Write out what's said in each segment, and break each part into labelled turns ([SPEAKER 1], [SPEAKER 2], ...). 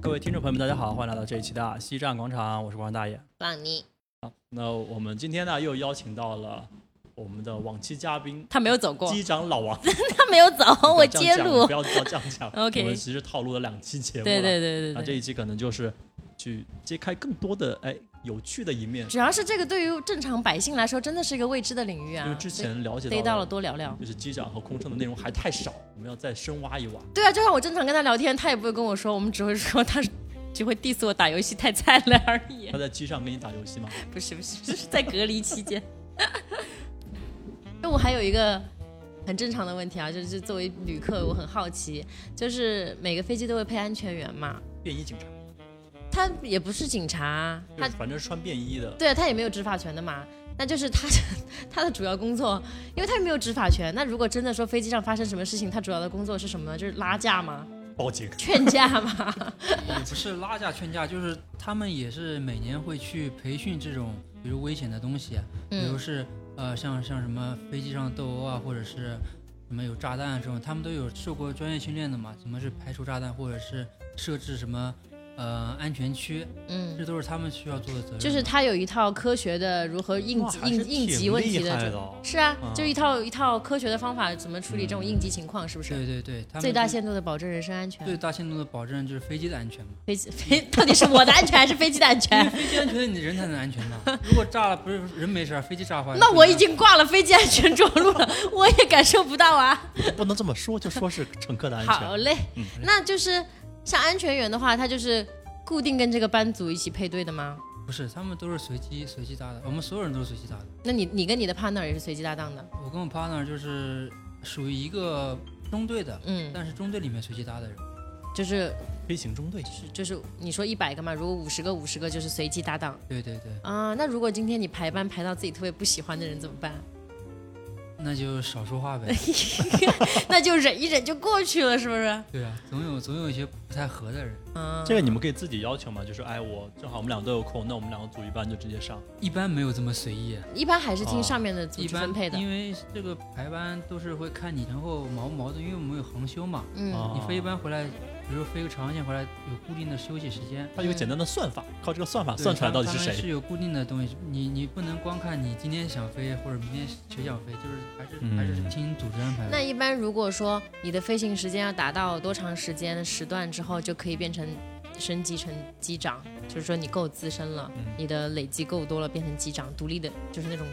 [SPEAKER 1] 各位听众朋友们，大家好，欢迎来到这一期的西站广场，我是广场大爷。
[SPEAKER 2] 朗尼，
[SPEAKER 1] 好，那我们今天呢又邀请到了我们的往期嘉宾
[SPEAKER 3] 他没有走过，
[SPEAKER 1] 机长老王，
[SPEAKER 2] 他没有走，我揭露
[SPEAKER 1] 不。要这样讲不要这样讲
[SPEAKER 3] OK
[SPEAKER 1] 我们其实套路了啊两期节目
[SPEAKER 3] 对对
[SPEAKER 1] 对
[SPEAKER 3] 对
[SPEAKER 1] 那
[SPEAKER 3] 对
[SPEAKER 1] 这
[SPEAKER 3] 对，
[SPEAKER 1] 一期可能就是去揭开更多的哎有趣的一面，
[SPEAKER 3] 主要是这个对于正常百姓来说，真的是一个未知的领
[SPEAKER 1] 因
[SPEAKER 3] 域
[SPEAKER 1] 为
[SPEAKER 3] 啊，
[SPEAKER 1] 之前了解
[SPEAKER 3] 逮到
[SPEAKER 1] 到
[SPEAKER 3] 了多聊聊。
[SPEAKER 1] 就是机长和空乘的内容还太少，我们要再深挖一挖。
[SPEAKER 3] 对啊，就像我正常跟他聊天，他也不会跟我说，我们只会说他只会 diss 我打游戏太菜了而已
[SPEAKER 1] 他。在机上跟你打游戏吗？
[SPEAKER 3] 不是不是，就是在隔离期间。 那我还有一个很正常的问题啊，就是作为旅客，我很好奇，就是每个飞机都会配安全员嘛？
[SPEAKER 1] 便衣警察，
[SPEAKER 3] 他也不是警察，啊
[SPEAKER 1] 就
[SPEAKER 3] 他
[SPEAKER 1] 是反正是穿便衣的，
[SPEAKER 3] 对他也没有执法权的嘛。那就是他他的 主要工作，因为他也没有执法权。那如果真的说飞机上发生什么事情，他主要的工作是什么呢？就是拉架吗？
[SPEAKER 1] 报警。
[SPEAKER 3] 劝架 吗？
[SPEAKER 4] 也不是拉架劝架，就是他们也是每年会去培训这种，比如危险的东西，啊比如
[SPEAKER 3] 嗯，
[SPEAKER 4] 是呃像像什么飞机上斗殴啊，或者是什么有炸弹啊这种，他们都有受过专业训练的嘛，什么是排除炸弹，或者是设置什么呃安全区，
[SPEAKER 3] 嗯，
[SPEAKER 4] 这都是他们需要做的责任嘛。
[SPEAKER 3] 就是他有一套科学的如何应
[SPEAKER 1] 哇
[SPEAKER 3] 急
[SPEAKER 1] 还是
[SPEAKER 3] 应应急
[SPEAKER 1] 挺
[SPEAKER 3] 问
[SPEAKER 1] 厉
[SPEAKER 3] 题的
[SPEAKER 1] 害
[SPEAKER 3] 这
[SPEAKER 1] 的
[SPEAKER 3] 种。
[SPEAKER 1] 哦
[SPEAKER 3] 是啊
[SPEAKER 1] 嗯，
[SPEAKER 3] 就一套一套科学的方法，怎么处理这种应急情况，是不是？
[SPEAKER 4] 对对对，他们
[SPEAKER 3] 最大
[SPEAKER 4] 就
[SPEAKER 3] 限度的保证人身安
[SPEAKER 4] 最
[SPEAKER 3] 全。
[SPEAKER 4] 大限度的保证就是飞机的安 全嘛，
[SPEAKER 3] 飞机飞到底是我的安全还是飞机的 安全？
[SPEAKER 4] 飞机安全你人才能安全嘛。如果炸了不是人没事儿，飞机炸坏了
[SPEAKER 3] 那我已
[SPEAKER 4] 经。
[SPEAKER 3] 经挂了飞机安全着陆了，我也感受不到啊。
[SPEAKER 1] 不能这么说，就说是乘客的安
[SPEAKER 3] 好
[SPEAKER 1] 全。
[SPEAKER 3] 嘞，
[SPEAKER 1] 嗯
[SPEAKER 3] 那就是像安全员的话，他就是固定跟这个班组一起配对的吗？
[SPEAKER 4] 不是，他们都是随机随机搭的，我们所有人都是随机搭的。
[SPEAKER 3] 那你你跟你的 partner 也是随机搭档的，
[SPEAKER 4] 我跟我 partner 就是属于一个中队的，
[SPEAKER 3] 嗯，
[SPEAKER 4] 但是中队里面随机搭的人，
[SPEAKER 3] 就是
[SPEAKER 1] 飞行中队
[SPEAKER 3] 就是你说一百个嘛，如果五十个五十个就是随机搭档
[SPEAKER 4] 对对对，
[SPEAKER 3] 啊。那如果今天你排班排到自己特别不喜欢的人怎么 办？
[SPEAKER 4] 那就少说 话呗。
[SPEAKER 3] 那就忍一忍就过去了，是不是？
[SPEAKER 4] 对啊，总有总有一些不太合的人，
[SPEAKER 3] 嗯，
[SPEAKER 1] 这个你们可以自己要求嘛，就是哎，我正好我们俩都有空，那我们两个组一班就直接上。
[SPEAKER 4] 一般没有这么随意。
[SPEAKER 3] 一般还是
[SPEAKER 1] 哦
[SPEAKER 3] 听上面的组
[SPEAKER 4] 一
[SPEAKER 3] 织
[SPEAKER 4] 般
[SPEAKER 3] 分配的，
[SPEAKER 4] 因为这个排班都是会看你然后毛不毛的，因为我们有航休嘛，
[SPEAKER 3] 嗯
[SPEAKER 1] 哦
[SPEAKER 4] 你飞一班回来，比如飞个长线回来有固定的休息时间。
[SPEAKER 1] 它有个简单的算法，靠这个
[SPEAKER 3] 嗯
[SPEAKER 1] 算法
[SPEAKER 4] 对
[SPEAKER 1] 啊算出来
[SPEAKER 4] 他
[SPEAKER 1] 到底是
[SPEAKER 4] 他们
[SPEAKER 1] 谁。
[SPEAKER 4] 是有固定的东西，你你不能光看你今天想飞或者明天谁想飞，就是还是、还是
[SPEAKER 1] 嗯
[SPEAKER 4] 听组织安排的。
[SPEAKER 3] 那一般如果说你的飞行时间要达到多长时间的时段之后，就可以变成升级成机长，就是说你够资深了，
[SPEAKER 1] 嗯
[SPEAKER 3] 你的累积够多了，变成机长，独立的，就是那种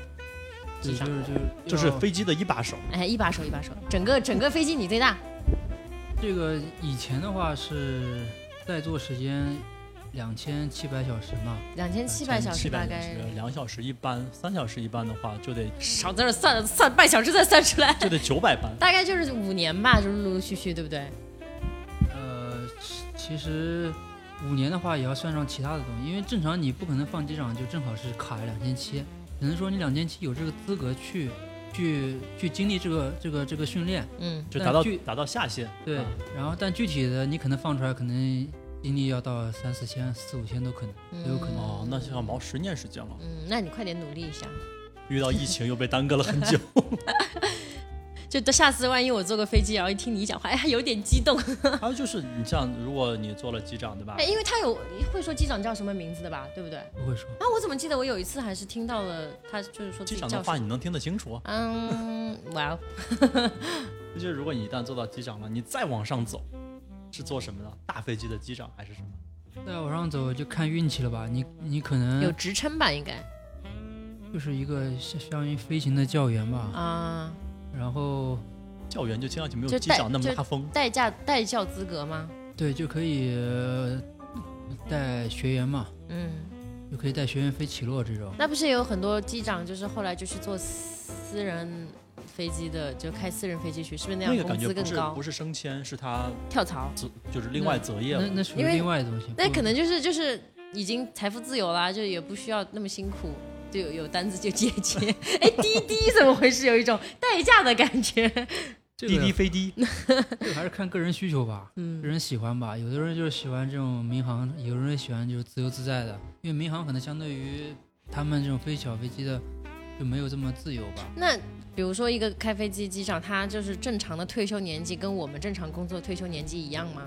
[SPEAKER 4] 就
[SPEAKER 3] 机
[SPEAKER 4] 是
[SPEAKER 3] 长，
[SPEAKER 4] 就是
[SPEAKER 1] 就是
[SPEAKER 4] 要
[SPEAKER 1] 飞机的一把手，
[SPEAKER 3] 哎，一把手一把手，整个整个飞机你最大，
[SPEAKER 4] 这个以前的话是在座时间两千七百小时嘛，
[SPEAKER 3] 两千七百小时
[SPEAKER 1] 七
[SPEAKER 3] 大
[SPEAKER 1] 百
[SPEAKER 3] 概，
[SPEAKER 1] 两小时一班，三小时一班的话就 得
[SPEAKER 3] 少在这算算半小时再算出来，。
[SPEAKER 1] 就得九百班
[SPEAKER 3] 大概就是五年吧，就是陆陆续续，对不对？
[SPEAKER 4] 呃，其其实五年的话也要算上其他的东西，因为正常你不可能放机长就正好是卡两千七，只能说你两千七有这个资格去去去经历这个这个这个训练，
[SPEAKER 3] 嗯，
[SPEAKER 1] 就达到
[SPEAKER 4] 但具
[SPEAKER 1] 达到下限，
[SPEAKER 4] 对，
[SPEAKER 1] 啊
[SPEAKER 4] 然后但具体的你可能放出来可能经历要到三四千、四五千都可能。有可能
[SPEAKER 1] 哦，那就要毛十年时间了。
[SPEAKER 3] 嗯，那你快点努力一下。
[SPEAKER 1] 遇到疫情又被耽搁了很 久，
[SPEAKER 3] 就下次万一我坐个飞机，然后一听你讲话，哎，还有点激动。
[SPEAKER 1] 还有就是你像如果你做了机长对吧
[SPEAKER 3] 哎，？因为他有会说机长叫什么名字的吧，对不对？
[SPEAKER 4] 不会说，
[SPEAKER 3] 啊，我怎么记得我有一次还是听到了他就是说
[SPEAKER 1] 机
[SPEAKER 3] 自己
[SPEAKER 1] 长
[SPEAKER 3] 叫
[SPEAKER 1] 的话
[SPEAKER 3] 什么？
[SPEAKER 1] 你能听得清楚，啊
[SPEAKER 3] 嗯，哇哦，
[SPEAKER 1] 就是如果你一旦做到机长了，你再往上走，是做什么呢？大飞机的机长还是什么？
[SPEAKER 4] 再往上走就看运气了吧。你你可
[SPEAKER 3] 有
[SPEAKER 1] 嗯
[SPEAKER 4] 能
[SPEAKER 3] 职称吧，应该
[SPEAKER 4] 就是一个相相当于飞行的教员吧，
[SPEAKER 3] 啊，
[SPEAKER 4] 然后
[SPEAKER 1] 教员就听上去没有
[SPEAKER 3] 就
[SPEAKER 1] 机
[SPEAKER 3] 带
[SPEAKER 1] 长那么
[SPEAKER 3] 就
[SPEAKER 1] 拉风，
[SPEAKER 3] 代驾代教资格吗？
[SPEAKER 4] 对，就可以呃带学员嘛，
[SPEAKER 3] 嗯，
[SPEAKER 4] 就可以带学员飞起落这种。
[SPEAKER 3] 那不是也有很多机长就是后来就去做私人飞机的，就开私人飞机去，是不是那
[SPEAKER 1] 那个
[SPEAKER 3] 样
[SPEAKER 1] 感
[SPEAKER 3] 工
[SPEAKER 1] 觉
[SPEAKER 3] 资
[SPEAKER 1] 不
[SPEAKER 3] 更
[SPEAKER 1] 是
[SPEAKER 3] 高嗯
[SPEAKER 1] 不？是升迁，是他
[SPEAKER 3] 跳槽，
[SPEAKER 1] 择就是另外择业
[SPEAKER 4] 那
[SPEAKER 1] 了。
[SPEAKER 4] 那属于
[SPEAKER 3] 因为
[SPEAKER 4] 另外的东西。
[SPEAKER 3] 那
[SPEAKER 4] 不
[SPEAKER 3] 可能
[SPEAKER 1] 嗯
[SPEAKER 3] 就是就是已经财富自由啦，就也不需要那么辛苦。就有有单子就接接， 哎，滴滴怎么回事？有一种代驾的感觉。
[SPEAKER 4] 这
[SPEAKER 1] 滴
[SPEAKER 4] 个
[SPEAKER 1] 滴飞的，
[SPEAKER 4] 这个还是看个人需求吧，
[SPEAKER 3] 嗯
[SPEAKER 4] 个人喜欢吧。有的人就是喜欢这种民航，有的人喜欢就是自由自在的，因为民航可能相对于他们这种飞小飞机的就没有这么自由吧。
[SPEAKER 3] 那比如说一个开飞机机长，他就是正常的退休年纪，跟我们正常工作退休年纪一样吗？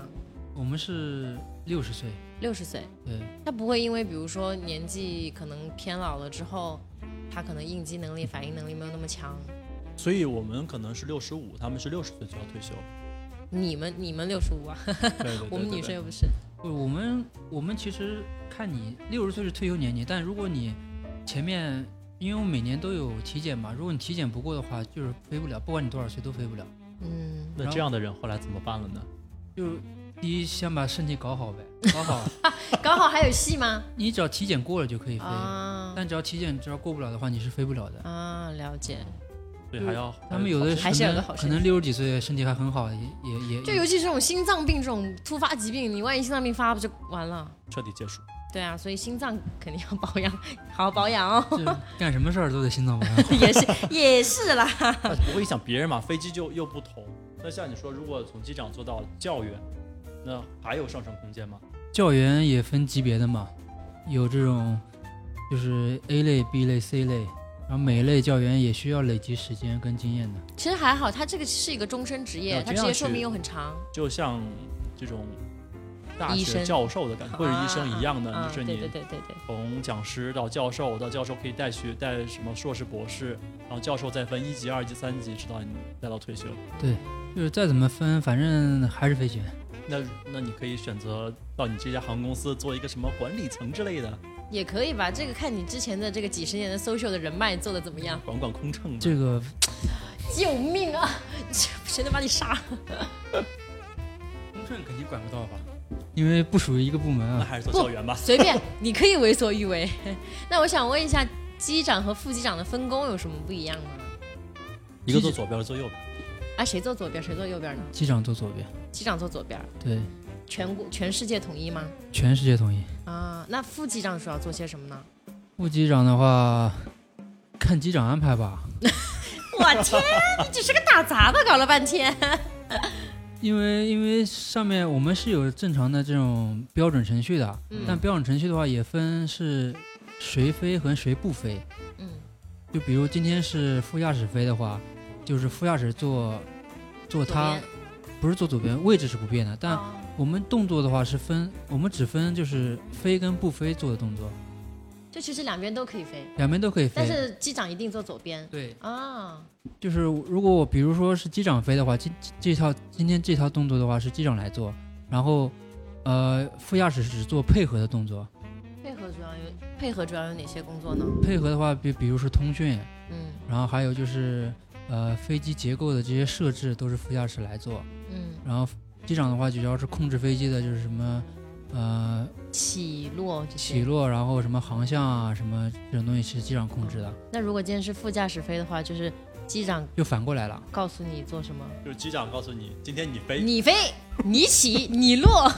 [SPEAKER 4] 我们是六十岁，
[SPEAKER 3] 六十岁，
[SPEAKER 4] 对，
[SPEAKER 3] 他不会因为比如说年纪可能偏老了之后，他可能应激能力、反应能力没有那么强。
[SPEAKER 1] 所以我们可能是六十五，他们是六十岁就要退 休。
[SPEAKER 3] 你们你们六十五啊，
[SPEAKER 1] 对对对对
[SPEAKER 3] 我们女生
[SPEAKER 1] 对
[SPEAKER 3] 又不是。
[SPEAKER 4] 不呃我们我们其实看你六十岁是退休年龄，但如果你前面，因为我每年都有体检嘛，如果你体检不过的话，就是飞不了，不管你多少岁都飞不了。
[SPEAKER 3] 嗯，
[SPEAKER 1] 那这样的人后来怎么办了呢？
[SPEAKER 4] 就是第一先把身体搞好呗，搞好，
[SPEAKER 3] 高考还有戏吗？
[SPEAKER 4] 你只要体检过了就可以飞，
[SPEAKER 3] 啊
[SPEAKER 4] 但只要体检只要过不了的话，你是飞不了的。
[SPEAKER 3] 啊，了解。
[SPEAKER 1] 对，还要
[SPEAKER 4] 他们有的
[SPEAKER 3] 还嗯是有
[SPEAKER 4] 可能
[SPEAKER 3] 个好
[SPEAKER 4] 可
[SPEAKER 3] 身
[SPEAKER 4] 能
[SPEAKER 3] 体
[SPEAKER 4] 六十几岁身体还很好，也也也
[SPEAKER 3] 就尤其是这种心脏病这种突发疾病，你万一心脏病发不就完了？
[SPEAKER 1] 彻底 结束。
[SPEAKER 3] 对啊，所以心脏肯定要保养，好好保养哦。
[SPEAKER 4] 就是干什么事儿都得心脏保养好。
[SPEAKER 3] 也是也是啦，
[SPEAKER 1] 但不会影响别人嘛？飞机就又不同。那像你说，如果从机长做到教员，那还有上升空间吗？
[SPEAKER 4] 教员也分级别的嘛，有这种就是 A 类、B 类、C 类，然后每一类教员也需要累积时间跟经验的。
[SPEAKER 3] 其实还好，他这个是一个终身职业，
[SPEAKER 1] 要这
[SPEAKER 3] 他
[SPEAKER 1] 样
[SPEAKER 3] 职业寿命
[SPEAKER 1] 去
[SPEAKER 3] 又很长。
[SPEAKER 1] 就像这种大
[SPEAKER 3] 医
[SPEAKER 1] 学
[SPEAKER 3] 生
[SPEAKER 1] 教授的感觉，或者医生一样的，
[SPEAKER 3] 啊、
[SPEAKER 1] 就是
[SPEAKER 3] 对对
[SPEAKER 1] 你
[SPEAKER 3] 对对对，
[SPEAKER 1] 从讲师到教授，到教授可以带学带什么硕士、博士，然后教授再分一级、二级、三级，直到你带到退休。
[SPEAKER 4] 就是再怎么分，反正还是飞行员。
[SPEAKER 1] 那那你可以选择到你这家航空公司做一个什么管理层之类的，
[SPEAKER 3] 也可以吧。这个看你之前的这个几十年的 social 的人脉做的怎么样。
[SPEAKER 1] 管管空乘的。
[SPEAKER 4] 这个
[SPEAKER 3] 救命啊！谁能把你杀？
[SPEAKER 4] 公证肯定管不到吧，因为不属于一个部门
[SPEAKER 1] 那
[SPEAKER 4] 啊。
[SPEAKER 1] 还是做教员 吧。
[SPEAKER 3] 随便，你可以为所欲为。 那我想问一下，机长和副机长的分工有什么不一样吗？
[SPEAKER 1] 一个坐左边，一个坐右边。
[SPEAKER 3] 啊，谁坐左边，谁坐右边呢？
[SPEAKER 4] 机长坐左边，
[SPEAKER 3] 机长坐左边，
[SPEAKER 4] 对，
[SPEAKER 3] 全国全世界统一吗？
[SPEAKER 4] 全世界统一。
[SPEAKER 3] 啊，那副机长主要做些什么呢？
[SPEAKER 4] 副机长的话，看机长安排吧，
[SPEAKER 3] 我天， 你只是个打杂的，搞了半天。
[SPEAKER 4] 因为因为上面我们是有正常的这种标准程序的，
[SPEAKER 3] 嗯
[SPEAKER 4] 但标准程序的话也分是谁飞和谁不飞。
[SPEAKER 3] 嗯
[SPEAKER 4] 就比如今天是副驾驶飞的话，就是副驾驶坐 坐他不是坐左边，位置是不变的。
[SPEAKER 3] 哦
[SPEAKER 4] 但我们动作的话是分，我们只分就是飞跟不飞做的动作，
[SPEAKER 3] 就其实两边都可以飞，
[SPEAKER 4] 两边都可以
[SPEAKER 3] 但
[SPEAKER 4] 飞。
[SPEAKER 3] 是机长一定坐左边
[SPEAKER 4] 对，
[SPEAKER 3] 啊。
[SPEAKER 4] 就是如果我比如说是机长飞的话，今这套今天这套动作的话是机长来做，然后呃副驾驶只做配合的动作。
[SPEAKER 3] 配合主要有配合主要有哪些工作呢？
[SPEAKER 4] 配合的话，比比如说通讯，
[SPEAKER 3] 嗯
[SPEAKER 4] 然后还有就是呃飞机结构的这些设置都是副驾驶来做。
[SPEAKER 3] 嗯，
[SPEAKER 4] 然后机长的话，主要是控制飞机的，就是什么，呃，
[SPEAKER 3] 起落这些
[SPEAKER 4] 起。落，然后什么航向啊，什么这种东西是机长控制的。
[SPEAKER 3] 那如果今天是副驾驶飞的话，就是机长
[SPEAKER 4] 又反过来了，
[SPEAKER 3] 告诉你做什么，
[SPEAKER 1] 就是机长告诉你，今天你
[SPEAKER 4] 哎
[SPEAKER 1] 飞，
[SPEAKER 3] 你飞，你起，你 落。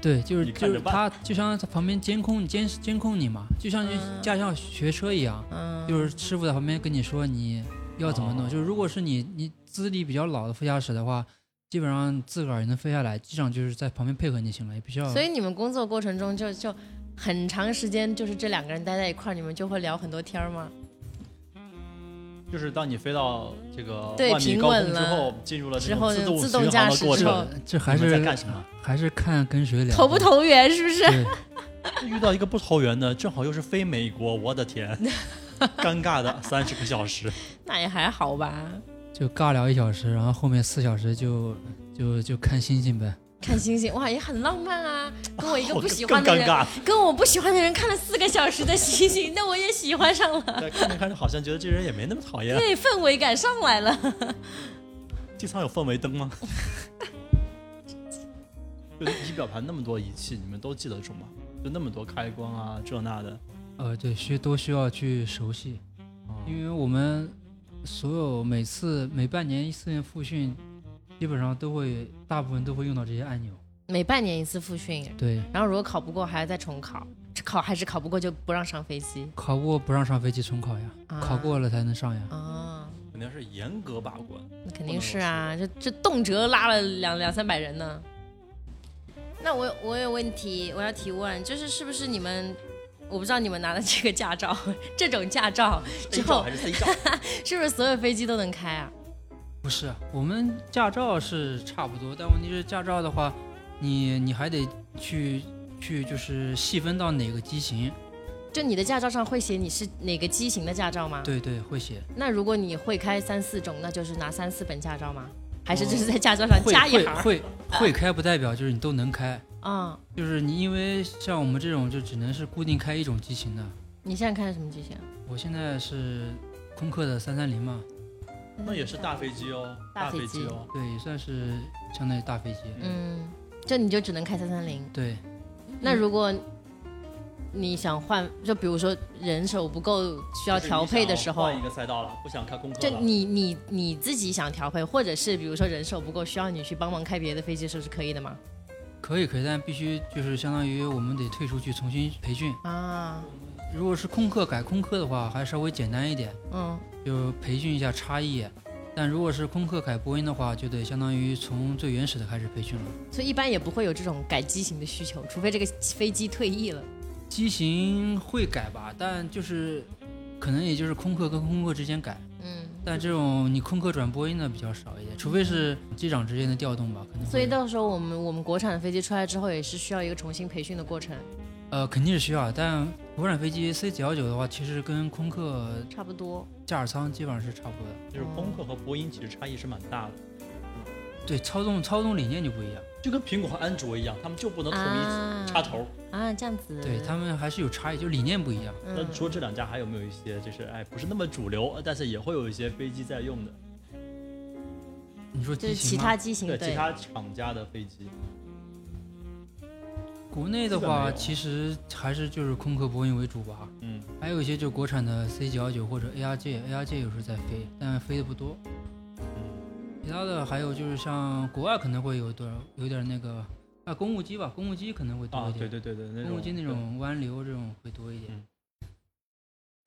[SPEAKER 4] 对，就是
[SPEAKER 1] 你看
[SPEAKER 4] 就
[SPEAKER 1] 着
[SPEAKER 4] 是
[SPEAKER 1] 办
[SPEAKER 4] 他就像他旁边监控监监控你嘛，就像
[SPEAKER 3] 嗯
[SPEAKER 4] 驾校学车一样，
[SPEAKER 3] 嗯，
[SPEAKER 4] 就是师傅在旁边跟你说你要怎么弄。
[SPEAKER 1] 哦
[SPEAKER 4] 就是如果是你你资历比较老的副驾驶的话，基本上自个儿也能飞下来，机长就是在旁边配合你就行了，也不需要。
[SPEAKER 3] 所以你们工作过程中就就很长时间，就是这两个人待在一块儿，你们就会聊很多天儿吗？
[SPEAKER 1] 就是当你飞到这个
[SPEAKER 3] 对
[SPEAKER 1] 万米
[SPEAKER 3] 平
[SPEAKER 1] 高
[SPEAKER 3] 稳
[SPEAKER 1] 空之
[SPEAKER 3] 了
[SPEAKER 1] 后，进入了这
[SPEAKER 3] 之
[SPEAKER 1] 种
[SPEAKER 3] 后
[SPEAKER 1] 自
[SPEAKER 3] 就
[SPEAKER 1] 动
[SPEAKER 3] 自
[SPEAKER 1] 巡
[SPEAKER 3] 动
[SPEAKER 1] 航
[SPEAKER 3] 驾
[SPEAKER 1] 的
[SPEAKER 3] 驶
[SPEAKER 1] 过
[SPEAKER 3] 之
[SPEAKER 1] 程
[SPEAKER 3] 后，
[SPEAKER 4] 这还
[SPEAKER 1] 你们
[SPEAKER 4] 是
[SPEAKER 1] 在干什么？
[SPEAKER 4] 还是看跟谁聊，
[SPEAKER 3] 投不？投缘是不是？
[SPEAKER 4] 对，
[SPEAKER 1] 遇到一个不投缘的，正好又是飞美国，我的天， 尴尬的三十个小时。
[SPEAKER 3] 那也还好吧，
[SPEAKER 4] 就尬聊一小时，然后后面四小时就就就看星星呗。
[SPEAKER 3] 看星星哇也很浪漫啊。跟我一个不喜欢的
[SPEAKER 1] 更尴
[SPEAKER 3] 人，
[SPEAKER 1] 尬。
[SPEAKER 3] 跟我不喜欢的人看了四个小时的星星，那我也喜欢上了，
[SPEAKER 1] 但看着看着，好像觉得这人也没那么讨厌。
[SPEAKER 3] 对，氛围感上来了。
[SPEAKER 1] 机舱有氛围灯吗？就仪表盘那么多仪器，你们都记得住吗？就那么多开关啊，这那的。
[SPEAKER 4] 呃，对，需都需要去熟悉，因
[SPEAKER 1] 嗯
[SPEAKER 4] 为我们所有每次每半年一次性复训，基本上都会大部分都会用到这些按钮。
[SPEAKER 3] 每半年一次复训，
[SPEAKER 4] 对，
[SPEAKER 3] 然后如果考不过还要再重考，考还是考不过就不让上飞机。
[SPEAKER 4] 考过不让上飞机重考呀，
[SPEAKER 3] 啊
[SPEAKER 4] 考过了才能上呀。
[SPEAKER 3] 啊，
[SPEAKER 1] 肯定是严格把关。
[SPEAKER 3] 那肯定是啊，这这动辄拉了两两三百人呢。那我我有问题，我要提问，就是是不是你们，我不知道你们拿的这个驾照， 这种驾照之
[SPEAKER 1] A 照
[SPEAKER 3] 后
[SPEAKER 1] 还是 C 照？
[SPEAKER 3] 是不是所有飞机都能开啊？
[SPEAKER 4] 不是，我们驾照是差不多，但问题是驾照的话，你你还得去去就是细分到哪个机型，
[SPEAKER 3] 就你的驾照上会写你是哪个机型的驾照吗？。
[SPEAKER 4] 对对，会写。
[SPEAKER 3] 那如果你会开三四种，那就是拿三四本驾照吗？
[SPEAKER 1] 哦
[SPEAKER 3] 还是就是在驾照上
[SPEAKER 4] 会
[SPEAKER 3] 加一
[SPEAKER 4] 会
[SPEAKER 3] 行儿？
[SPEAKER 4] 会会开不代表就是你都能开，
[SPEAKER 3] 啊、
[SPEAKER 4] 就是你因为像我们这种就只能是固定开一种机型的。
[SPEAKER 3] 你现在开的什么机型？
[SPEAKER 4] 我现在是空客的三三零嘛，
[SPEAKER 1] 那也是大飞机哦，
[SPEAKER 3] 大
[SPEAKER 1] 大
[SPEAKER 3] 飞
[SPEAKER 1] 飞
[SPEAKER 3] 机
[SPEAKER 1] 机哦，
[SPEAKER 4] 对，也算是相当于大飞机。
[SPEAKER 3] 嗯，这你就只能开三三零。
[SPEAKER 4] 对，
[SPEAKER 1] 嗯
[SPEAKER 3] 那如果你想换，就比如说人手不够需要
[SPEAKER 1] 就是你
[SPEAKER 3] 调配的
[SPEAKER 1] 想
[SPEAKER 3] 时候
[SPEAKER 1] 换一，个赛道了，不想开空客
[SPEAKER 3] 就
[SPEAKER 1] 了。
[SPEAKER 3] 你你你自己想调配，或者是比如说人手不够需要你去帮忙开别的飞机的时候是可以的吗？
[SPEAKER 4] 可以可以，但必须就是相当于我们得退出去重新培训。
[SPEAKER 3] 啊，
[SPEAKER 4] 如果是空客改空客的话，还稍微简单一点，
[SPEAKER 3] 嗯，
[SPEAKER 4] 就培训一下差异。但如果是空客改波音的话，就得相当于从最原始的开始培训了。
[SPEAKER 3] 所以一般也不会有这种改机型的需求，除非这个飞机退役了。
[SPEAKER 4] 机型会改吧，但就是可能也就是空客跟空客之间改，
[SPEAKER 3] 嗯，
[SPEAKER 4] 但这种你空客转波音的比较少一点，除非是机长之间的调动吧，可能会
[SPEAKER 3] 所以到时候我们我们国产的飞机出来之后，也是需要一个重新培训的过程，
[SPEAKER 4] 呃肯定是需要，但国产飞机 C 九幺九的话，其实跟空客
[SPEAKER 3] 差不多。
[SPEAKER 4] 驾驶舱基本上是差不多的，
[SPEAKER 1] 就是空客和波音其实差异是蛮大的，
[SPEAKER 4] 对，操纵操纵理念就不一样，
[SPEAKER 1] 就跟苹果和安卓一样，他们就不能统一
[SPEAKER 4] 嗯
[SPEAKER 3] 啊
[SPEAKER 1] 插头。
[SPEAKER 3] 啊，这样子。
[SPEAKER 4] 对他们还是有差异，就理念不一样。
[SPEAKER 1] 那
[SPEAKER 3] 嗯，
[SPEAKER 1] 除了这两家，还有没有一些就是哎不是那么主流，但是也会有一些飞机在用的，
[SPEAKER 4] 嗯你说
[SPEAKER 3] 就是
[SPEAKER 4] 机型
[SPEAKER 3] 其
[SPEAKER 4] 吗
[SPEAKER 3] 他机型
[SPEAKER 1] 对其他厂家的飞机，
[SPEAKER 4] 国内的
[SPEAKER 1] 基本没
[SPEAKER 4] 话，
[SPEAKER 1] 有
[SPEAKER 4] 其实还是就是空客、波音为主吧，
[SPEAKER 1] 嗯，
[SPEAKER 4] 还有一些就国产的 C 九幺九或者 ARJ，ARJ 有时候在飞，但飞的不多。
[SPEAKER 1] 嗯
[SPEAKER 4] 其他的还有就是像国外可能会有点有点那个啊，公务机吧，公务机可能会多
[SPEAKER 1] 啊
[SPEAKER 4] 一
[SPEAKER 1] 对
[SPEAKER 4] 点，
[SPEAKER 1] 对对对，那
[SPEAKER 4] 公务
[SPEAKER 1] 种
[SPEAKER 4] 机那
[SPEAKER 1] 对
[SPEAKER 4] 种弯流这种会多一点。
[SPEAKER 1] 嗯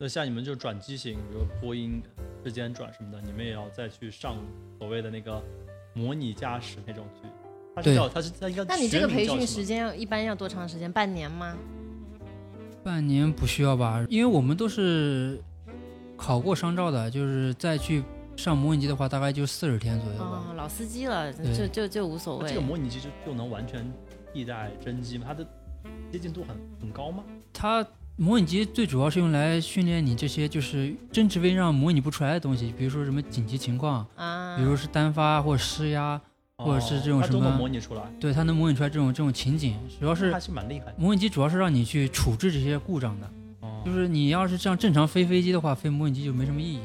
[SPEAKER 1] 那像你们就转机型，比如波音之间转什么的，你们也要再去上所谓的那个模拟驾驶那种去。它是
[SPEAKER 4] 对
[SPEAKER 1] 叫它是它应该
[SPEAKER 3] 那你这个
[SPEAKER 1] 学名
[SPEAKER 3] 培
[SPEAKER 1] 叫
[SPEAKER 3] 训
[SPEAKER 1] 什么
[SPEAKER 3] 时间要一般要多长时间？半年吗？
[SPEAKER 4] 半年不需要吧，因为我们都是考过商照的，就是再去上模拟机的话，大概就四十天左右吧。
[SPEAKER 3] 哦，老司机了，
[SPEAKER 4] 对
[SPEAKER 3] 就就就无所
[SPEAKER 1] 那
[SPEAKER 3] 谓
[SPEAKER 1] 这个。模拟机就就能完全替代真机吗？它的接近度很很高吗？
[SPEAKER 4] 它模拟机最主要是用来训练你这些就是真值位上模拟不出来的东西，比如说什么紧急情况，
[SPEAKER 3] 啊，
[SPEAKER 4] 比如是单发或施压，或者是这种
[SPEAKER 1] 啊它
[SPEAKER 4] 什
[SPEAKER 1] 都能
[SPEAKER 4] 么
[SPEAKER 1] 模拟出来，
[SPEAKER 4] 对，它能模拟出来这种这种情景。主要是
[SPEAKER 1] 还是蛮厉害的。
[SPEAKER 4] 模拟机主要是让你去处置这些故障的，
[SPEAKER 1] 哦
[SPEAKER 4] 就是你要是这样正常飞飞机的话，飞模拟机就没什么意义。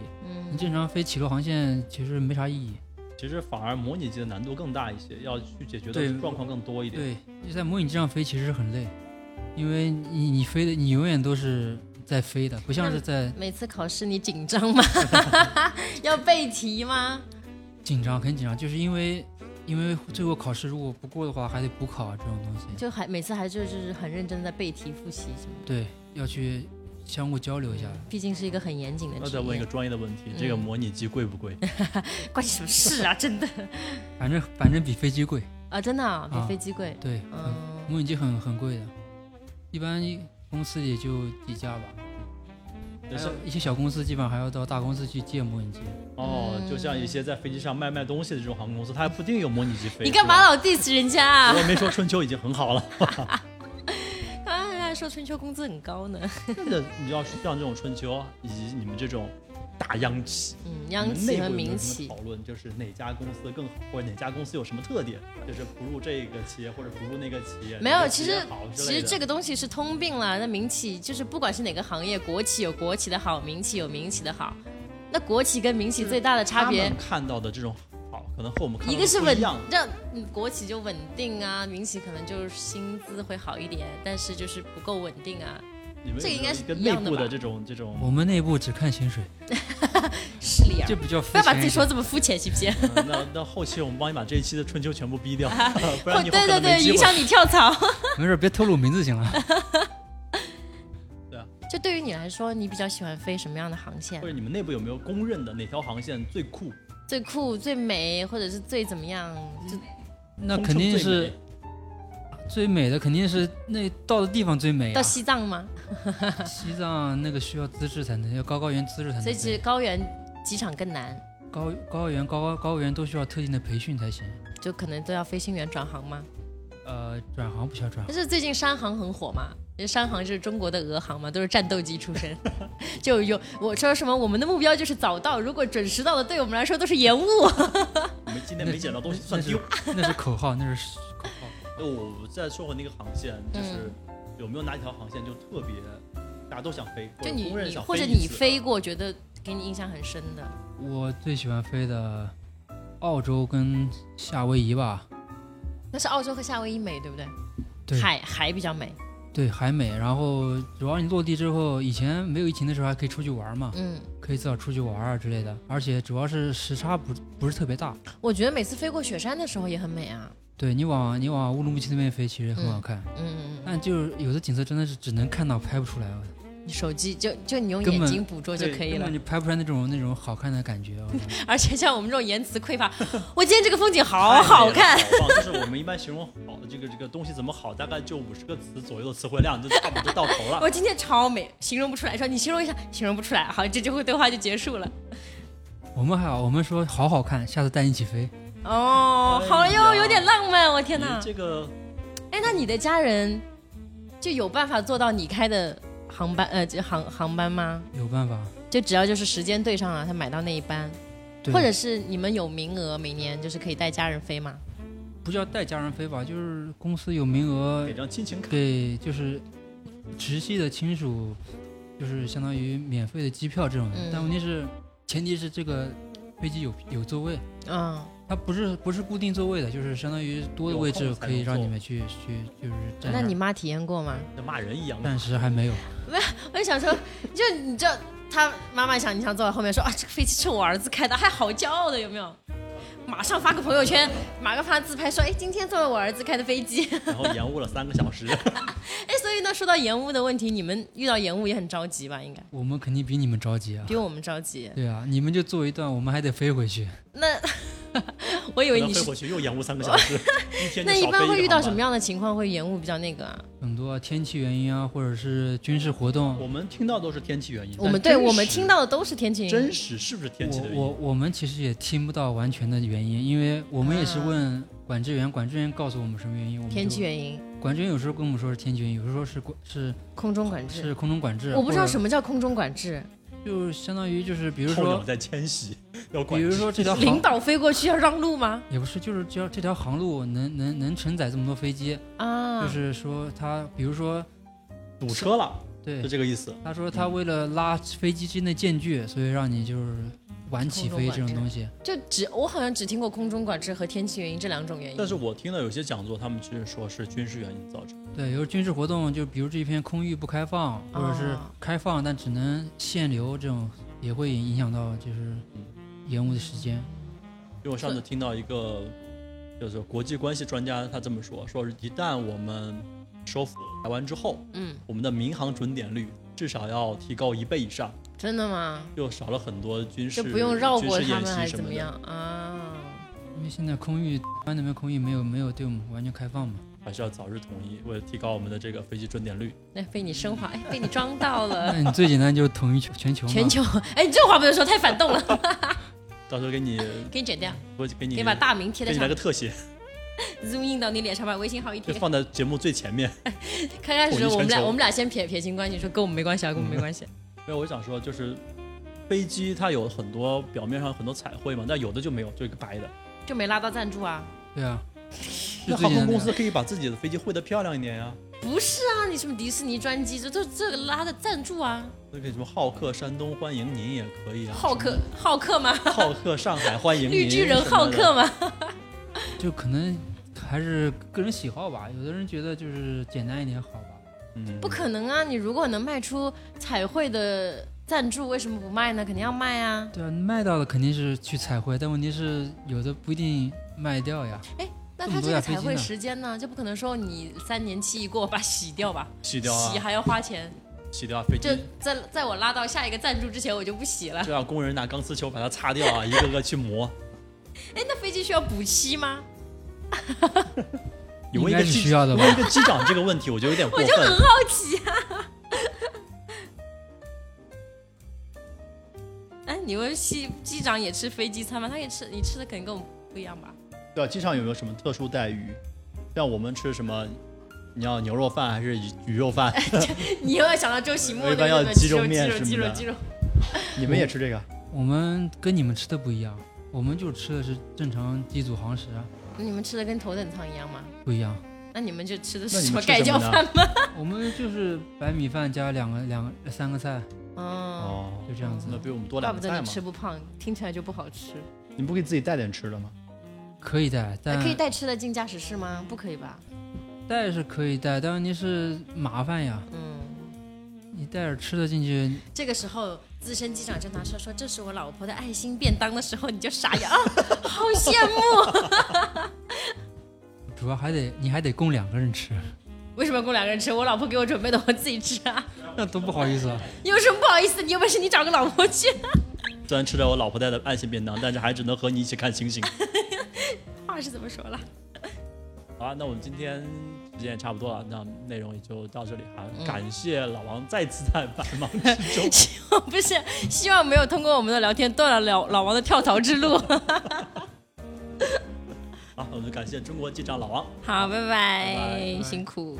[SPEAKER 3] 嗯，
[SPEAKER 4] 你正常飞起落航线其实没啥意义。
[SPEAKER 1] 其实反而模拟机的难度更大一些，要去解决
[SPEAKER 4] 对
[SPEAKER 1] 的状况更多一点。
[SPEAKER 4] 对，你在模拟机上飞其实很累，因为你你飞的你永远都是在飞的，不像是在
[SPEAKER 3] 每次考试你紧 张吗？要背题吗？
[SPEAKER 4] 紧张，很紧张，就是因为因为最后考试如果不过的话，还得补考啊这种东西。
[SPEAKER 3] 就还每次还是就是很认真地在背题复习什么的。
[SPEAKER 4] 对，要去相互交流一下。
[SPEAKER 3] 毕竟是一个很严谨的
[SPEAKER 1] 那
[SPEAKER 3] 职
[SPEAKER 1] 再问一个
[SPEAKER 3] 业，
[SPEAKER 1] 专业的问题，这个
[SPEAKER 3] 嗯
[SPEAKER 1] 模拟机贵不贵？
[SPEAKER 3] 关你什么事啊？真的
[SPEAKER 4] 反正反正比飞机贵，
[SPEAKER 3] 啊，真的啊比
[SPEAKER 4] 啊
[SPEAKER 3] 飞机贵。
[SPEAKER 4] 对，很
[SPEAKER 3] 嗯，
[SPEAKER 4] 模拟机很很贵的，一般公司也就几家吧。
[SPEAKER 1] 就
[SPEAKER 4] 还
[SPEAKER 1] 像
[SPEAKER 4] 有一些小公司基本上还要到大公司去借模拟机。
[SPEAKER 1] 哦，就像一些在飞机上卖卖东西的这种航空公司，它还不一定有模拟机飞。
[SPEAKER 3] 你干
[SPEAKER 1] 是
[SPEAKER 3] 嘛
[SPEAKER 1] 吧？
[SPEAKER 3] 老 diss 人家啊？
[SPEAKER 1] 我没说春秋已经很好了。
[SPEAKER 3] 啊，人家说春秋工资很高呢。
[SPEAKER 1] 那你要是像这种春秋，以及你们这种大央企，
[SPEAKER 3] 嗯，央
[SPEAKER 1] 你
[SPEAKER 3] 企
[SPEAKER 1] 们
[SPEAKER 3] 和
[SPEAKER 1] 内部有没有
[SPEAKER 3] 民
[SPEAKER 1] 什么
[SPEAKER 3] 企
[SPEAKER 1] 讨论就是哪家公司更好，或者哪家公司有什么特点，就是不入这个企业或者不入那个企业。
[SPEAKER 3] 没
[SPEAKER 1] 哪
[SPEAKER 3] 有，
[SPEAKER 1] 个
[SPEAKER 3] 其
[SPEAKER 1] 企业
[SPEAKER 3] 实
[SPEAKER 1] 好之
[SPEAKER 3] 其
[SPEAKER 1] 类
[SPEAKER 3] 实
[SPEAKER 1] 的
[SPEAKER 3] 这个东西是通病了。那民企就是不管是哪个行业，国企有国企的好，民企有民企的好。那国企跟民企最大的差
[SPEAKER 1] 他
[SPEAKER 3] 别
[SPEAKER 1] 们，看到的这种好，可能和我们看到的
[SPEAKER 3] 一个是
[SPEAKER 1] 不
[SPEAKER 3] 稳
[SPEAKER 1] 一样。
[SPEAKER 3] 让嗯国企就稳定啊，民企可能就是薪资会好一点，但是就是不够稳定啊。
[SPEAKER 1] 你们有
[SPEAKER 3] 这个应
[SPEAKER 1] 没有
[SPEAKER 3] 该是
[SPEAKER 1] 一个
[SPEAKER 3] 一
[SPEAKER 1] 内
[SPEAKER 3] 样的
[SPEAKER 1] 部的
[SPEAKER 3] 吧
[SPEAKER 1] 这种这种，
[SPEAKER 4] 我们内部只看薪水，
[SPEAKER 3] 势力啊
[SPEAKER 4] 这，比较
[SPEAKER 3] 不
[SPEAKER 4] 肤
[SPEAKER 3] 要把自
[SPEAKER 4] 浅
[SPEAKER 3] 己
[SPEAKER 4] 一
[SPEAKER 3] 说
[SPEAKER 4] 点。
[SPEAKER 3] 这么肤浅，行不行？
[SPEAKER 1] 嗯那那后期我们帮你把这一期的春秋全部 逼掉，不然
[SPEAKER 3] 会
[SPEAKER 1] 你以后
[SPEAKER 3] 对
[SPEAKER 1] 可
[SPEAKER 3] 哦对
[SPEAKER 1] 能没
[SPEAKER 3] 对，
[SPEAKER 1] 机
[SPEAKER 3] 影
[SPEAKER 1] 会。
[SPEAKER 3] 响你跳槽。
[SPEAKER 4] 没事儿，别透露名字行了。
[SPEAKER 3] 就对于你来说，你比较喜欢飞什么样的航线
[SPEAKER 1] 或？者你们内部有没有公认的哪条航线最酷？
[SPEAKER 3] 最酷、最美，或者是最怎么样？就
[SPEAKER 4] 那
[SPEAKER 1] 空
[SPEAKER 4] 肯
[SPEAKER 1] 乘
[SPEAKER 4] 定
[SPEAKER 1] 最
[SPEAKER 4] 是
[SPEAKER 1] 美
[SPEAKER 4] 最美的，肯定是那到的地方最美、啊。
[SPEAKER 3] 到西藏吗？
[SPEAKER 4] 西藏那个需要资质才能，要高高原资质才能
[SPEAKER 3] 所
[SPEAKER 4] 飞。
[SPEAKER 3] 以其实高原机场更难。
[SPEAKER 4] 高高原高高高原都需要特定的培训才行。
[SPEAKER 3] 就可能都要飞行员转行吗？
[SPEAKER 4] 呃，转行不需要转行。
[SPEAKER 3] 但是最近山航很火嘛，山航就是中国的俄航嘛，都是战斗机出身，就有我说什么，我们的目标就是早到，如果准时到的，对我们来说都是延误。
[SPEAKER 1] 没今天没捡到东西算
[SPEAKER 4] 那是
[SPEAKER 1] 丢。
[SPEAKER 4] 那是口号，那是口号。
[SPEAKER 1] 那我再说回那个航线，就是
[SPEAKER 3] 嗯
[SPEAKER 1] 有没有哪几条航线就特别大家都想飞，
[SPEAKER 3] 就你
[SPEAKER 1] 公认
[SPEAKER 3] 你
[SPEAKER 1] 想
[SPEAKER 3] 或者
[SPEAKER 1] 一
[SPEAKER 3] 你
[SPEAKER 1] 次，
[SPEAKER 3] 飞过，觉得给你印象很深的，
[SPEAKER 4] 我最喜欢飞的澳洲跟夏威夷吧，
[SPEAKER 3] 那是澳洲和夏威夷美，对不对？
[SPEAKER 4] 对
[SPEAKER 3] 海海比较美，
[SPEAKER 4] 对，海美。然后主要你落地之后，以前没有疫情的时候还可以出去玩嘛，
[SPEAKER 3] 嗯，
[SPEAKER 4] 可以自个儿出去玩啊之类的。而且主要是时差不不是特别大，
[SPEAKER 3] 我觉得每次飞过雪山的时候也很美啊，
[SPEAKER 4] 对你往你往乌鲁木齐那边飞，其实很好看。
[SPEAKER 3] 嗯，嗯
[SPEAKER 4] 但就是有的景色真的是只能看到拍不出来，
[SPEAKER 3] 嗯你手机就就你用
[SPEAKER 4] 根
[SPEAKER 3] 眼
[SPEAKER 4] 本
[SPEAKER 3] 睛捕捉就
[SPEAKER 4] 对
[SPEAKER 3] 可以
[SPEAKER 4] 根
[SPEAKER 3] 了
[SPEAKER 4] 本，你拍不出来那种那种好看的感觉。我觉得
[SPEAKER 3] 而且像我们这种言辞匮乏， 我今天这个风景
[SPEAKER 1] 太
[SPEAKER 3] 好
[SPEAKER 1] 美了
[SPEAKER 3] 好看，，
[SPEAKER 1] 好棒就是我们一般形容好这个这个东西怎么好，大概就五十个词左右的词汇量就差不多到头了。
[SPEAKER 3] 我今天超美，形容不出来。说你形容一下，形容不出来。好，这就会对话就结束了。
[SPEAKER 4] 我们还好，我们说好好看，下次带你一起飞。
[SPEAKER 3] 哦，好
[SPEAKER 1] 哎呀
[SPEAKER 3] 哟，有点浪漫，我天
[SPEAKER 1] 你
[SPEAKER 3] 哪！
[SPEAKER 1] 这个
[SPEAKER 3] 哎，那你的家人就有办法做到你开的航班呃这航航班吗？
[SPEAKER 4] 有办法，
[SPEAKER 3] 就只要就是时间对上啊了，他买到那一班，
[SPEAKER 4] 对
[SPEAKER 3] 或者是你们有名额，每年就是可以带家人飞吗？
[SPEAKER 4] 不叫带家人飞吧，就是公司有名额
[SPEAKER 1] 给张亲情卡，
[SPEAKER 4] 给就是直系的亲属，就是相当于免费的机票这种的。
[SPEAKER 3] 嗯
[SPEAKER 4] 但问题是，前提是这个飞机有有座位，
[SPEAKER 3] 嗯，
[SPEAKER 4] 它不是不是固定座位的，就是相当于多的
[SPEAKER 1] 有
[SPEAKER 4] 位
[SPEAKER 1] 空
[SPEAKER 4] 置
[SPEAKER 1] 才
[SPEAKER 4] 可以
[SPEAKER 1] 能
[SPEAKER 4] 让
[SPEAKER 1] 坐
[SPEAKER 4] 你们去去就是占
[SPEAKER 3] 那
[SPEAKER 4] 着
[SPEAKER 3] 你妈体验过吗？
[SPEAKER 1] 像骂人一样的。
[SPEAKER 4] 暂时还没有。
[SPEAKER 3] 我就想说， 就你知道，他妈妈想你想坐在后面说啊，这个飞机是我儿子开的，还好骄傲的，有没有？马上发个朋友圈，马上发自拍说，哎，今天坐了我儿子开的飞机。
[SPEAKER 1] 然后延误了三个小时，
[SPEAKER 3] 哎，所以呢，说到延误的问题，你们遇到延误也很着急吧？应该
[SPEAKER 4] 我们肯定比你们着急啊。
[SPEAKER 3] 比我们着急。
[SPEAKER 4] 对啊，你们就坐一段，我们还得飞回去。
[SPEAKER 3] 那 我以为
[SPEAKER 1] 然后
[SPEAKER 3] 你
[SPEAKER 1] 飞
[SPEAKER 3] 是
[SPEAKER 1] 回去又延误三个小时，一天就
[SPEAKER 3] 那一
[SPEAKER 1] 少飞
[SPEAKER 3] 般会
[SPEAKER 1] 个
[SPEAKER 3] 遇到
[SPEAKER 1] 航
[SPEAKER 3] 什
[SPEAKER 1] 班
[SPEAKER 3] 么样的情况会延误比较那个啊？
[SPEAKER 4] 很多天气原因啊，或者是军事活动
[SPEAKER 1] 我。们听到都是天气原因，
[SPEAKER 3] 我们
[SPEAKER 1] 但
[SPEAKER 3] 对
[SPEAKER 1] 真
[SPEAKER 3] 我们
[SPEAKER 1] 实
[SPEAKER 3] 听到的都是天气原
[SPEAKER 1] 真
[SPEAKER 3] 因。
[SPEAKER 1] 实是不是天气
[SPEAKER 4] 我
[SPEAKER 1] 的原
[SPEAKER 4] 我
[SPEAKER 1] 因？
[SPEAKER 4] 我们其实也听不到完全的原因，因为我们也是
[SPEAKER 3] 啊
[SPEAKER 4] 问管制员，管制员告诉我们什么原因，我们
[SPEAKER 3] 天
[SPEAKER 4] 就
[SPEAKER 3] 气原因，
[SPEAKER 4] 管制员有时候跟我们说是天气原因，有时候说是管是
[SPEAKER 3] 空中管制
[SPEAKER 4] 是。空中管制，啊
[SPEAKER 3] 我不知道
[SPEAKER 4] 或者
[SPEAKER 3] 什么叫空中管制，
[SPEAKER 4] 就是相当于就是比如
[SPEAKER 1] 候鸟
[SPEAKER 4] 说
[SPEAKER 1] 在迁 徙，要管
[SPEAKER 4] 比如
[SPEAKER 1] 制
[SPEAKER 4] 说 这条
[SPEAKER 3] 领
[SPEAKER 4] 航
[SPEAKER 3] 导飞过去要让路吗？
[SPEAKER 4] 也不是就是只要这条航路能能能承载这么多飞机，
[SPEAKER 3] 啊，
[SPEAKER 4] 就是说他比如说
[SPEAKER 1] 堵车了，就
[SPEAKER 4] 对，
[SPEAKER 1] 这个意思。
[SPEAKER 4] 他说他
[SPEAKER 1] 嗯
[SPEAKER 4] 为了拉飞机之内间距，所以让你就是晚起
[SPEAKER 3] 空中
[SPEAKER 4] 飞
[SPEAKER 3] 管
[SPEAKER 4] 这种
[SPEAKER 3] 制
[SPEAKER 4] 东西。
[SPEAKER 3] 就只我好像只听过空中管制和天气原因这两种原因。
[SPEAKER 1] 但是我听到有些讲座，他们就是说是军事原因造成的。
[SPEAKER 4] 对，有军事活动，就比如这一片空域不开放，或者是
[SPEAKER 3] 哦
[SPEAKER 4] 开放但只能限流，这种也会影响到就是延误的时间。
[SPEAKER 1] 因为我上次
[SPEAKER 3] 是
[SPEAKER 1] 听到一个就是国际关系专家他这么说，说一旦我们收复台湾之后，
[SPEAKER 3] 嗯，
[SPEAKER 1] 我们的民航准点率至少要提高一倍以上，
[SPEAKER 3] 真的吗？
[SPEAKER 1] 就少了很多军事
[SPEAKER 3] 就不用绕过
[SPEAKER 1] 军事
[SPEAKER 3] 他
[SPEAKER 1] 演
[SPEAKER 3] 们还
[SPEAKER 1] 习什
[SPEAKER 3] 是怎
[SPEAKER 1] 么
[SPEAKER 3] 么
[SPEAKER 1] 的
[SPEAKER 3] 样。啊？
[SPEAKER 4] 因为现在空域，台湾那边空域没有没有对我们完全开放嘛，
[SPEAKER 1] 还
[SPEAKER 3] 嗯
[SPEAKER 1] 是要早日统一，为了提高我们的这个飞机准点率。
[SPEAKER 3] 那被你升华，哎，被你装到了
[SPEAKER 4] 那你最简单就是统一全全球嘛。
[SPEAKER 3] 全球，哎，你这话不能说，太反动了，
[SPEAKER 1] 到时候给你，
[SPEAKER 3] 给你剪掉，
[SPEAKER 1] 我给你
[SPEAKER 3] 给你把大名贴
[SPEAKER 1] 给
[SPEAKER 3] 在
[SPEAKER 1] 你
[SPEAKER 3] 上
[SPEAKER 1] 来个特写，
[SPEAKER 3] ，zoom in 到你脸上，把微信号一
[SPEAKER 1] 就
[SPEAKER 3] 贴。
[SPEAKER 1] 放在节目最前面。
[SPEAKER 3] 开开始
[SPEAKER 1] 统一
[SPEAKER 3] 我们
[SPEAKER 1] 全
[SPEAKER 3] 俩
[SPEAKER 1] 球嗯
[SPEAKER 3] 我们俩先撇撇清关系，说跟我们没关系啊，跟我们没关系。
[SPEAKER 1] 没有，我想说就是，飞机它有很多表面上有很多彩绘嘛，但有的就没有，就一个白的。
[SPEAKER 3] 就没拉到赞助啊？
[SPEAKER 4] 对啊，
[SPEAKER 1] 那
[SPEAKER 4] 就
[SPEAKER 1] 航
[SPEAKER 4] 最
[SPEAKER 1] 空
[SPEAKER 4] 简单
[SPEAKER 1] 公
[SPEAKER 4] 的
[SPEAKER 1] 司。可以把自己的飞机绘得漂亮一点呀、
[SPEAKER 3] 不是啊，你什么迪士尼专机，这这这个拉的赞助啊？
[SPEAKER 1] 那个什么好客山东欢迎您也可以啊，
[SPEAKER 3] 浩克浩克吗？
[SPEAKER 1] 什么好客上海欢迎您，
[SPEAKER 3] 绿巨人
[SPEAKER 1] 什么
[SPEAKER 3] 浩克
[SPEAKER 1] 的，
[SPEAKER 3] 吗？
[SPEAKER 4] 就可能还是个人喜好吧，有的人觉得就是简单一点好吧。
[SPEAKER 1] 嗯，
[SPEAKER 3] 不可能啊！你如果能卖出彩绘的赞助，为什么不卖呢？肯定要卖啊！
[SPEAKER 4] 对啊，卖到的肯定是去彩绘，但问题是有的不一定卖掉呀。
[SPEAKER 3] 那
[SPEAKER 4] 这
[SPEAKER 3] 他
[SPEAKER 4] 么
[SPEAKER 3] 这
[SPEAKER 4] 多
[SPEAKER 3] 个
[SPEAKER 4] 架
[SPEAKER 3] 彩
[SPEAKER 4] 飞机
[SPEAKER 3] 绘
[SPEAKER 4] 呢
[SPEAKER 3] 时间呢，就不可能说你三年期一过把它洗掉吧，
[SPEAKER 1] 洗掉啊
[SPEAKER 3] 洗，还要花钱。
[SPEAKER 1] 洗掉啊，飞
[SPEAKER 3] 就
[SPEAKER 1] 机
[SPEAKER 3] 在在我拉到下一个赞助之前，我就不洗了。
[SPEAKER 1] 就让工人拿钢丝球把它擦掉啊，一个个去磨。
[SPEAKER 3] 哎，那飞机需要补漆吗？
[SPEAKER 1] 你问一
[SPEAKER 4] 应
[SPEAKER 1] 个
[SPEAKER 4] 该是
[SPEAKER 1] 机
[SPEAKER 4] 需要的吧
[SPEAKER 1] 问一个机长这个问题，我觉得 有点过分。
[SPEAKER 3] 好奇啊！ 哎，你问机机长也吃飞机餐吗？他也吃，你吃的肯定跟我们不一样吧？
[SPEAKER 1] 对啊，机场有没有什么特殊待遇？像我们吃什么，你要牛肉饭还是鱼鱼肉 饭？
[SPEAKER 3] 你又要想到周奇墨
[SPEAKER 1] 我一般
[SPEAKER 3] 那
[SPEAKER 1] 要
[SPEAKER 3] 个
[SPEAKER 1] 鸡
[SPEAKER 3] 鸡
[SPEAKER 1] 肉
[SPEAKER 3] 肉
[SPEAKER 1] 面
[SPEAKER 3] 鸡肉
[SPEAKER 1] 什
[SPEAKER 3] 鸡
[SPEAKER 1] 么
[SPEAKER 3] 肉
[SPEAKER 1] 的
[SPEAKER 3] 鸡肉，
[SPEAKER 1] 你们也吃这个？
[SPEAKER 4] 我们跟你们吃的不一样，我们就吃的是正常机组堂食，啊，
[SPEAKER 3] 你们吃的跟头等舱一样吗？
[SPEAKER 4] 不一样。
[SPEAKER 3] 那你们就吃的
[SPEAKER 1] 那
[SPEAKER 3] 是
[SPEAKER 1] 你
[SPEAKER 3] 什么
[SPEAKER 1] 们吃
[SPEAKER 3] 盖
[SPEAKER 1] 什
[SPEAKER 3] 浇
[SPEAKER 1] 么
[SPEAKER 3] 饭
[SPEAKER 1] 呢？
[SPEAKER 3] 吗？
[SPEAKER 4] 我们就是白米饭加两个两个三个菜，
[SPEAKER 3] 嗯，
[SPEAKER 1] 哦，
[SPEAKER 4] 就这样子
[SPEAKER 1] 那。比我们多
[SPEAKER 3] 怪
[SPEAKER 1] 两
[SPEAKER 3] 不
[SPEAKER 1] 个
[SPEAKER 3] 得
[SPEAKER 1] 菜
[SPEAKER 3] 你
[SPEAKER 1] 嘛
[SPEAKER 3] 吃。不胖，听起来就不好吃。
[SPEAKER 1] 你们不可以自己带点吃的吗？
[SPEAKER 4] 可以带，但
[SPEAKER 3] 可以带吃的进驾驶室吗？不可以吧？
[SPEAKER 4] 带是可以带，但问题是麻烦呀。
[SPEAKER 3] 嗯，
[SPEAKER 4] 你带着吃的进去，
[SPEAKER 3] 这个时候资深机长就拿出来说：“这是我老婆的爱心便当”的时候，你就傻 眼啊，好羡慕！
[SPEAKER 4] 主要还得你还得供两个人吃，
[SPEAKER 3] 为什么要供两个人吃？我老婆给我准备的，我自己吃啊。
[SPEAKER 4] 那多不好意思啊。
[SPEAKER 3] 你有什么不好意思？你有本事你找个老婆去，
[SPEAKER 1] 虽然吃着我老婆带的爱心便当，但是还只能和你一起看星星。
[SPEAKER 3] 话是怎么说了？
[SPEAKER 1] 好啊，那我们今天时间也差不多了，那内容也就到这里哈。
[SPEAKER 3] 嗯
[SPEAKER 1] 感谢老王再次在百忙之 中
[SPEAKER 3] 不是，希望没有通过我们的聊天断了老老王的跳槽之路。
[SPEAKER 1] 啊，我们感谢中国机长老王。
[SPEAKER 3] 好，拜拜，
[SPEAKER 1] 拜
[SPEAKER 4] 拜
[SPEAKER 3] 辛苦。